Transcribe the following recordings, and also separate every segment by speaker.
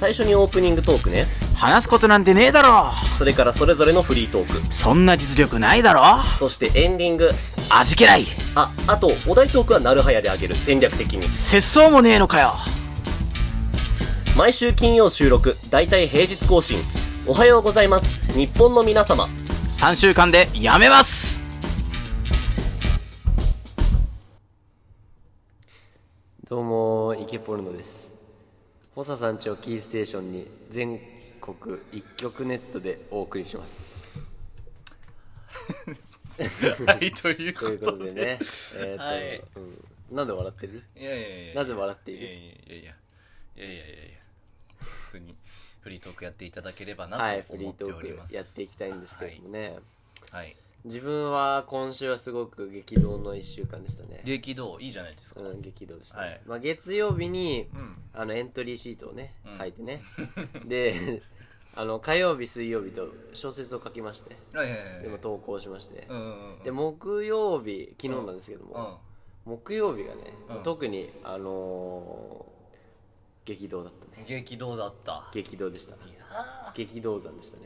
Speaker 1: 最初にオープニングトークね
Speaker 2: 話すことなんてねえだろ
Speaker 1: それからそれぞれのフリートーク
Speaker 2: そんな実力ないだろ
Speaker 1: そしてエンディング
Speaker 2: 味気ない
Speaker 1: ああとお題トークはなるはやであげる戦略的に
Speaker 2: 節操もねえのかよ
Speaker 1: 毎週金曜収録大体平日更新おはようございます日本の皆様
Speaker 2: 3週間でやめます
Speaker 3: どうもイケポルノですホサさんちをキーステーションに全国一曲ネットでお送りします
Speaker 4: はい、という
Speaker 3: という
Speaker 4: こ
Speaker 3: ことと
Speaker 4: で。
Speaker 3: で ねえっと、
Speaker 4: はい
Speaker 3: うん、なんで笑ってる
Speaker 4: いやいやいやいや。
Speaker 3: なぜ笑っている
Speaker 4: いやいやいやいや。いやいやいやいや。普通にフリートークやっていただければな
Speaker 3: はい
Speaker 4: と
Speaker 3: フリ
Speaker 4: 思
Speaker 3: ー
Speaker 4: っ
Speaker 3: ト
Speaker 4: ており
Speaker 3: ー
Speaker 4: ます。
Speaker 3: クやっていきたいんですけれどもね、
Speaker 4: はい。
Speaker 3: 自分は今週はすごく激動の1週間でしたね
Speaker 4: 激動、いいじゃないですか。
Speaker 3: うん、激動でした、
Speaker 4: はい
Speaker 3: まあ、月曜日に、
Speaker 4: ん
Speaker 3: あのエントリーシートをね
Speaker 4: うん
Speaker 3: 書いて ね、であの火曜日水曜日と小説を書きまして
Speaker 4: はいはいはい。
Speaker 3: でも投稿しまして、
Speaker 4: うんうんうん。
Speaker 3: で木曜日昨日なんですけど
Speaker 4: うん。
Speaker 3: も、木曜日がね、
Speaker 4: うん
Speaker 3: 特にあのー激動だったね
Speaker 4: 激動だった。
Speaker 3: 激動でした激動山でしたね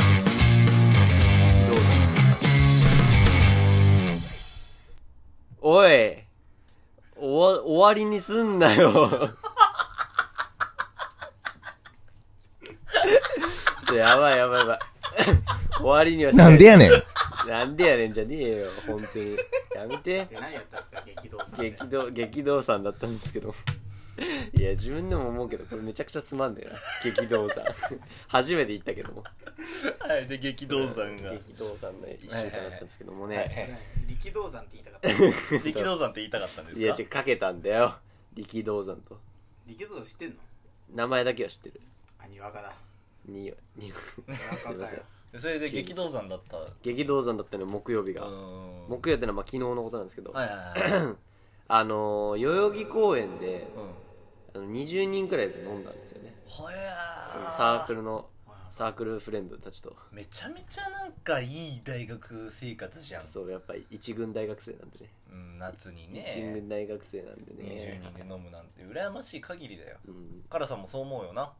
Speaker 3: 激動山おい終わ終わりにすんなよ ちょやばいやばいやばい 終わりにはし
Speaker 5: なんでやねん。
Speaker 3: なんでやねんじゃねえよ、本当に。やめて。
Speaker 2: 何やったんすか激動さ
Speaker 3: 激動、激動さんだったんですけど。いや、自分でも思うけど、これめちゃくちゃつまんねえな。激動さん。 初めて言ったけども。
Speaker 4: はい、で、激動さ んが。
Speaker 3: 激動さんの一週間だったんですけどもね。
Speaker 2: 力道山って言いたかった
Speaker 4: 激動さんって言いたかったんですか
Speaker 3: いや、違う、かけたんだよ。力道山と。
Speaker 2: 力道知ってんの
Speaker 3: 名前だけは知ってる。
Speaker 2: あにわかだ
Speaker 3: に、に、 すいません。
Speaker 4: それで激動さんだった。
Speaker 3: 激動さんだったのよ木曜日
Speaker 4: う
Speaker 3: が。
Speaker 4: ん。
Speaker 3: 木曜ってのはまあ昨日のことなんですけど、
Speaker 4: はいはいはい。
Speaker 3: あのー、代々木公園で、
Speaker 4: うん。
Speaker 3: あの20人くらいで飲んだんですよね。
Speaker 4: ほや
Speaker 3: その
Speaker 4: ー。
Speaker 3: サークルのサークルフレンドたちと
Speaker 4: めちゃめちゃなんかいい大学生活じゃん。
Speaker 3: そうやっぱり一軍大学生なんでね
Speaker 4: うん、夏にね。
Speaker 3: 一軍大学生なんで
Speaker 4: 20
Speaker 3: ね
Speaker 4: 人で飲むなんて羨ましい限りだよ
Speaker 3: うん
Speaker 4: カラさんもそう思うよな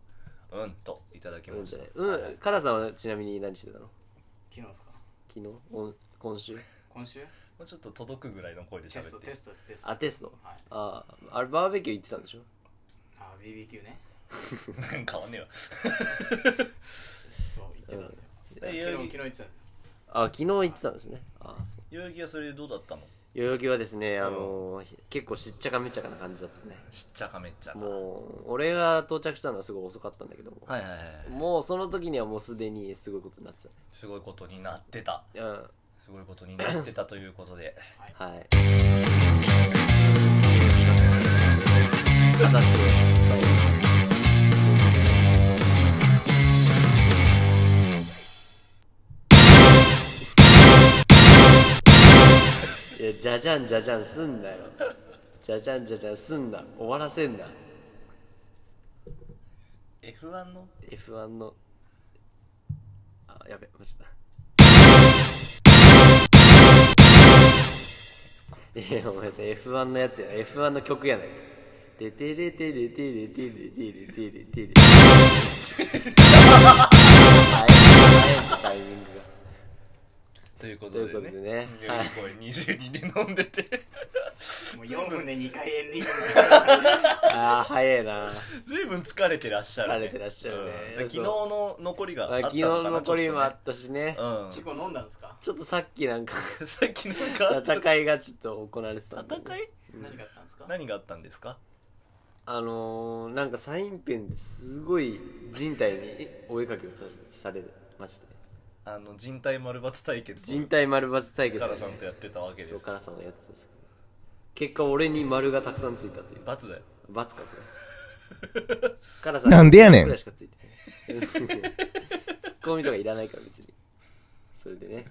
Speaker 4: うんといただき
Speaker 3: うん
Speaker 4: ました、
Speaker 3: うんカラさんはちなみに何してたの
Speaker 6: 昨日ですか
Speaker 3: 昨日おん今週
Speaker 6: 今週
Speaker 4: もうちょっと届くぐらいの声で
Speaker 6: テスト
Speaker 4: 喋っ
Speaker 6: テ
Speaker 4: て
Speaker 6: ストですテスト
Speaker 3: あテスト
Speaker 6: はい
Speaker 3: あああれバーベキュー行ってたんでしょ
Speaker 6: あ BBQ ね
Speaker 4: なんか変わんねえわ
Speaker 6: そう言ってたんですよ
Speaker 4: うん
Speaker 6: 昨日昨日言ってたんですよ
Speaker 3: あ昨日行ってたんですねあそう
Speaker 4: 代々木はそれでどうだったの
Speaker 3: 代々木はですねあのーひ結構しっちゃかめっちゃかな感じだったね
Speaker 4: しっちゃかめっちゃか
Speaker 3: もう俺が到着したのはすごい遅かったんだけども
Speaker 4: はいはいはい
Speaker 3: もうその時にはもうすでにすごいことになって
Speaker 4: すごいことになってた
Speaker 3: たうん
Speaker 4: すごいことになってたということで
Speaker 3: はい。いや、じゃじゃんじゃじゃんすんなよ。じゃじゃんじゃじゃんすんな。終わらせんな。
Speaker 4: F1 の
Speaker 3: F1 の。あ、やべ、マジだ。いや、お前さ、F1 のやつや、F1 の曲やないか。でてれてれてれてれてれてれてれ。あえタイミングが。
Speaker 4: ということでね
Speaker 3: ということでね
Speaker 4: 代々木公園22で飲んでて
Speaker 6: もう4分で2回エンディング
Speaker 3: あー、早えな。
Speaker 4: 随分疲れてらっしゃる、ね、
Speaker 3: 疲れてらっしゃるね
Speaker 4: うん昨日の残りが
Speaker 3: ま
Speaker 4: あ
Speaker 3: あ
Speaker 4: ったのか
Speaker 3: 昨
Speaker 4: な
Speaker 3: 日の残りもあ
Speaker 4: ち
Speaker 3: ったしね。
Speaker 4: ょっとね
Speaker 6: チコ飲んだんですか
Speaker 3: ちょっとさっきなんか、
Speaker 4: うん さっきなんかあった
Speaker 3: 戦いがちょっと行われてたんだよね
Speaker 6: 何
Speaker 4: 戦い
Speaker 6: があったんですか
Speaker 4: 何があったんですか
Speaker 3: あのー、なんかサインペンですごい人体にお絵かきをさされまして
Speaker 4: あの人体丸抜対決
Speaker 3: 人体丸バツ対決
Speaker 4: カ
Speaker 3: を
Speaker 4: ラ
Speaker 3: ね
Speaker 4: さんとやってたわけです
Speaker 3: そうカラさんがやってたんですけど結果俺に丸がたくさんついたという
Speaker 4: 罰だよ
Speaker 3: 罰かこ れカラさん
Speaker 5: なんでやねん
Speaker 3: くらいしかついてない ツッコミとかいらないから別にそれでね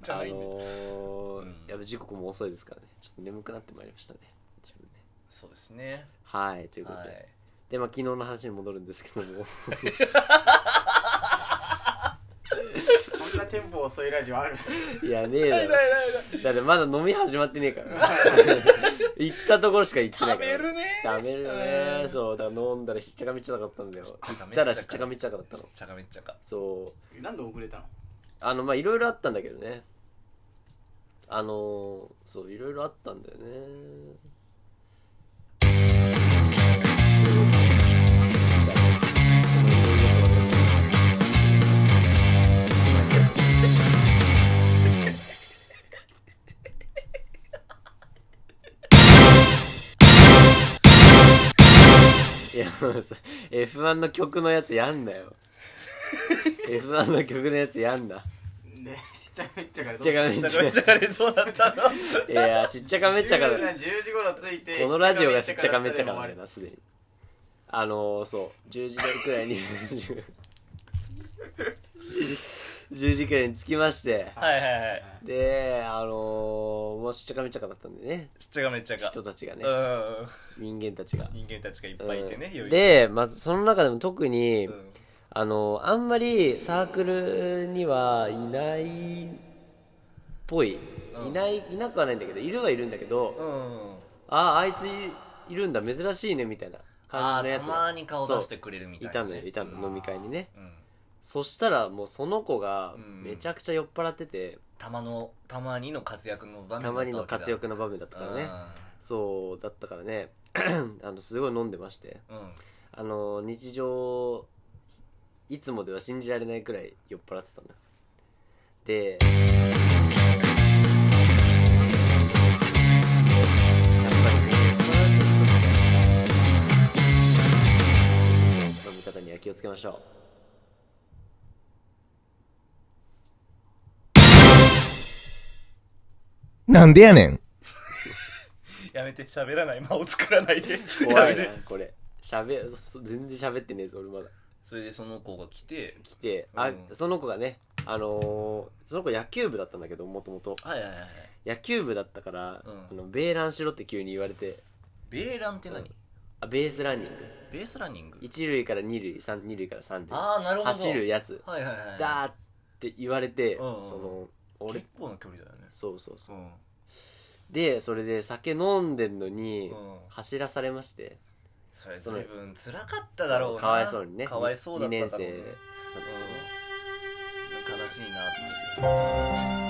Speaker 4: じゃ
Speaker 3: あ
Speaker 4: ないんだよ
Speaker 3: のー
Speaker 4: うん
Speaker 3: やっぱ時刻も遅いですからねちょっと眠くなってまいりましたね自分ね
Speaker 4: そうですね
Speaker 3: はいということ
Speaker 4: は
Speaker 3: で、
Speaker 4: い
Speaker 3: でまあ昨日の話に戻るんですけども
Speaker 6: こんな
Speaker 2: テンポ遅いラジオある
Speaker 5: いやねえだろだってまだ飲み始まってねえから 行ったところしか行ってないから
Speaker 4: 食べるね
Speaker 5: 食べるよね
Speaker 4: うん
Speaker 5: そうだから飲んだらしっちゃかめっちゃなかったんだよ
Speaker 4: ちゃ
Speaker 5: 行
Speaker 4: か
Speaker 5: っ
Speaker 4: めっちゃか
Speaker 5: たらしっちゃかめっちゃなかったの
Speaker 4: ちゃかめっちゃか
Speaker 5: そう
Speaker 2: 何で遅れたの
Speaker 5: あのまあいろいろあったんだけどねあのー、そういろいろあったんだよねいやもうさ F1 の曲のやつやんなよ F1 の曲のやつやんな
Speaker 2: ねしっちゃめっちゃから
Speaker 5: しっちゃかめっ
Speaker 4: ち
Speaker 5: ち
Speaker 4: ゃ
Speaker 5: ゃ
Speaker 4: かめっちゃかでどうなったの
Speaker 5: いやしっちゃかめっちゃかだ
Speaker 2: 10時頃着いて
Speaker 5: このラジオがしっちゃかめっちゃか
Speaker 2: だ
Speaker 5: だなすでにあのー、そう10時くらいに10時くらいに着きまして
Speaker 4: はいはいはい
Speaker 5: であのー、もうしっちゃかめっちゃかだったんでね
Speaker 4: ちっちゃかめっちゃか
Speaker 5: 人たちがね
Speaker 4: うん
Speaker 5: 人間たちが、
Speaker 4: 人間たちがいっぱいいてね
Speaker 5: う
Speaker 4: 余
Speaker 5: ん
Speaker 4: 裕
Speaker 5: で、まあ、その中でも特に、
Speaker 4: うん
Speaker 5: あのあんまりサークルにはいないっぽい、いないいなくはないんだけどいるはいるんだけど、
Speaker 4: うん
Speaker 5: あああいついいるんだ珍しいねみたいな感じのやつ
Speaker 4: あーたまに顔出してくれるみたいな
Speaker 5: そういたのよいたの、飲み会にね
Speaker 4: うん
Speaker 5: そしたらもうその子が
Speaker 4: うん
Speaker 5: めちゃくちゃ酔っ払ってて、
Speaker 4: たまのたまにの活躍の場面だった
Speaker 5: たま
Speaker 4: わ
Speaker 5: に
Speaker 4: けだ
Speaker 5: の活躍の場面だったからねそうだったからね あのすごい飲んでまして
Speaker 4: うんうん
Speaker 5: あの日常いつもでは信じられないくらい酔っ払ってたんだでやっぱりね飲み方には気をつけましょ
Speaker 7: なんでやねん。
Speaker 4: やめて喋らない間を作らないで
Speaker 5: う 怖い
Speaker 4: や
Speaker 5: な
Speaker 4: めて
Speaker 5: これしゃべ全然喋ってねえぞ俺まだ
Speaker 4: それでその子が来て
Speaker 5: 来てあ、
Speaker 4: うん
Speaker 5: その子がねあのーその子野球部だったんだけどもともと
Speaker 4: はいはいはいはい
Speaker 5: 野球部だったから、
Speaker 4: うん
Speaker 5: あのベーランしろって急に言われて
Speaker 4: ベーランって何、
Speaker 5: うんあベースランニング
Speaker 4: ベースランニング
Speaker 5: 一塁から二塁三二塁から三塁
Speaker 4: ああなるほど
Speaker 5: 走るやつ
Speaker 4: はいはいはい
Speaker 5: だーって言われて、
Speaker 4: うんうん
Speaker 5: その俺
Speaker 4: 結構な距離だよね
Speaker 5: そうそうそううんでそれで酒飲んでんのに、
Speaker 4: うん
Speaker 5: 走らされまして
Speaker 4: それ
Speaker 5: その
Speaker 4: 随分辛かっただろうな
Speaker 5: そかわいそうにね
Speaker 4: かわいそうだっただろうね
Speaker 5: 二年生
Speaker 4: うん悲しいなって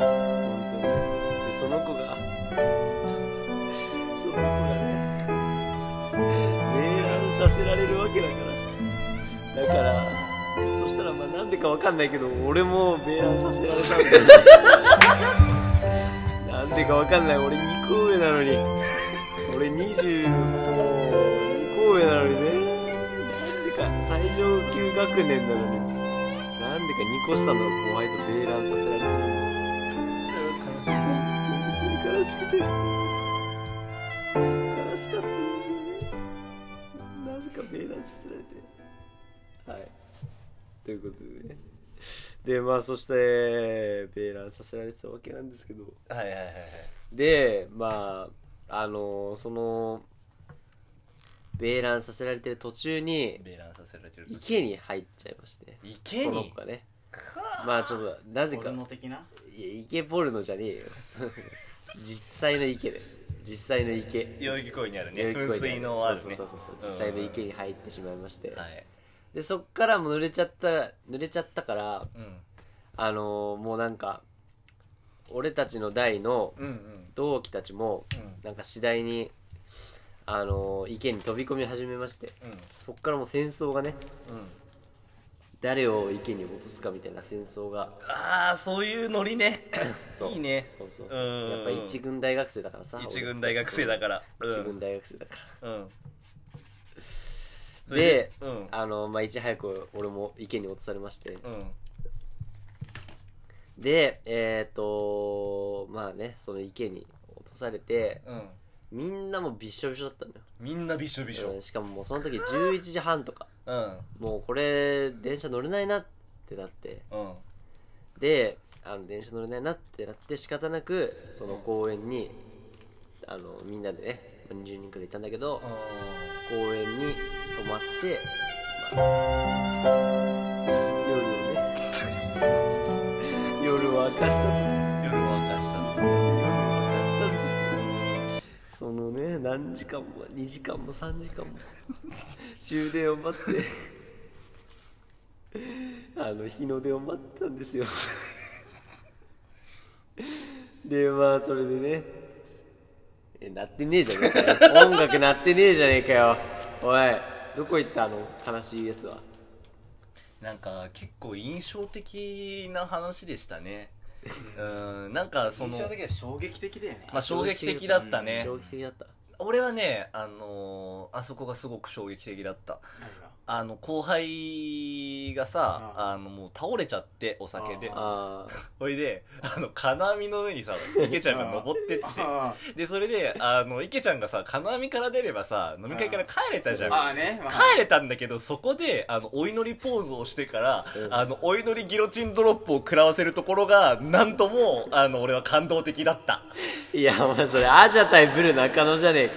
Speaker 5: 本当にでその子がその子がね迷乱させられるわけだからだからそしたらまあなんでかわかんないけど俺も迷乱させられたんだよなんでかわかんない俺2個上なのに俺20もう2個上なのにねなんでか最上級学年なのになんでか2個下の後輩と迷乱させられてるんです悲しくて悲しかったんですよねなぜかベーランさせられてはいということでねでまあそしてベーランさせられてたわけなんですけど
Speaker 4: はいはいはいはい
Speaker 5: でまああのそのベーランさせられてる途中に
Speaker 4: ベーランさせられてる時
Speaker 5: 池に入っちゃいまして
Speaker 4: 池
Speaker 5: その
Speaker 4: に
Speaker 5: 子がねまあちょっとなぜか
Speaker 2: 俺の的ない
Speaker 5: や池ポルノじゃねえよ 実際の池で実際の池
Speaker 4: 代々木公園にあるね
Speaker 5: 代々木公
Speaker 4: 噴
Speaker 5: 園に
Speaker 4: 水のあるね
Speaker 5: そうそうそうそう実際の池に入ってしまいまして、
Speaker 4: はい
Speaker 5: でそっからもう濡れちゃった濡れちゃったから
Speaker 4: うん
Speaker 5: あのーもうなんか俺たちの代の
Speaker 4: うんうん
Speaker 5: 同期たちも、
Speaker 4: うん
Speaker 5: なんか次第にあのー池に飛び込み始めまして
Speaker 4: うん
Speaker 5: そっからもう戦争がね
Speaker 4: うん
Speaker 5: 誰を池に落とすかみたいな戦争が
Speaker 4: ああそういうノリ ね
Speaker 5: そう
Speaker 4: いいね
Speaker 5: そうそうそう
Speaker 4: うん
Speaker 5: やっぱ一軍大学生だからさ
Speaker 4: 一軍大学生だから
Speaker 5: 俺一
Speaker 4: う
Speaker 5: 軍
Speaker 4: ん
Speaker 5: 大学生だか
Speaker 4: うん
Speaker 5: らで、
Speaker 4: うん
Speaker 5: あのまあいち早く俺も池に落とされまして、
Speaker 4: うん
Speaker 5: でえっ、とまあねその池に落とされて
Speaker 4: うん
Speaker 5: みんなもびっしょびしょだったのよ
Speaker 4: みんなびしょびしょ
Speaker 5: うんしかももうその時11時半とか
Speaker 4: うん
Speaker 5: もうこれ電車乗れないなってなって
Speaker 4: うん
Speaker 5: であの電車乗れないなってなって仕方なくその公園にあのみんなでねまあ20人くらいいたんだけど、公園に泊まって、まあ、夜をね夜をかした
Speaker 4: 夜は明かしたぞ
Speaker 5: 夜を明かしたんですそのね何時間も2時間も3時間も終電を待ってあの日の出を待ったんですよでまあそれでねえ鳴ってねえじゃねえかよ音楽鳴ってねえじゃねえかよおいどこ行ったあの悲しいやつは
Speaker 4: なんか結構印象的な話でした ねうんなんかそ
Speaker 8: 印
Speaker 4: の
Speaker 8: 象的には衝撃的だよね
Speaker 4: まあ衝撃的だったね
Speaker 5: 衝撃的だった
Speaker 4: 俺はねあのーあそこがすごく衝撃的だった
Speaker 8: 何が
Speaker 4: あの後輩がさ
Speaker 8: あ
Speaker 4: あのもう倒れちゃってお酒で
Speaker 8: あ
Speaker 5: あ
Speaker 4: ほいであの金網の上にさ池ちゃんが登ってって
Speaker 8: あ
Speaker 4: でそれであの池ちゃんがさ金網から出ればさ飲み会から帰れたじゃん
Speaker 2: ああね、まあ、
Speaker 4: 帰れたんだけど、そこで、あの、お祈りポーズをしてから、
Speaker 5: うん
Speaker 4: あの、お祈りギロチンドロップを食らわせるところが、なんとも、あの、俺は感動的だった。
Speaker 5: あいやお前それアジャ対ブル中野じゃねえか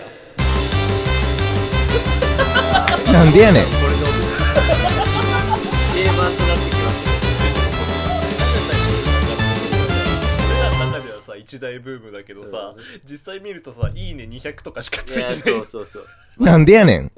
Speaker 7: なんでやねん
Speaker 5: 定番となってきまし
Speaker 4: 俺らの中ではさ、一大ブームだけどさ、
Speaker 5: う
Speaker 4: 実際見るとさ、いいね200とかしかつ
Speaker 5: たいや
Speaker 4: いて
Speaker 5: そ
Speaker 4: な
Speaker 5: う
Speaker 4: い。
Speaker 5: そうそう
Speaker 7: なんでやねん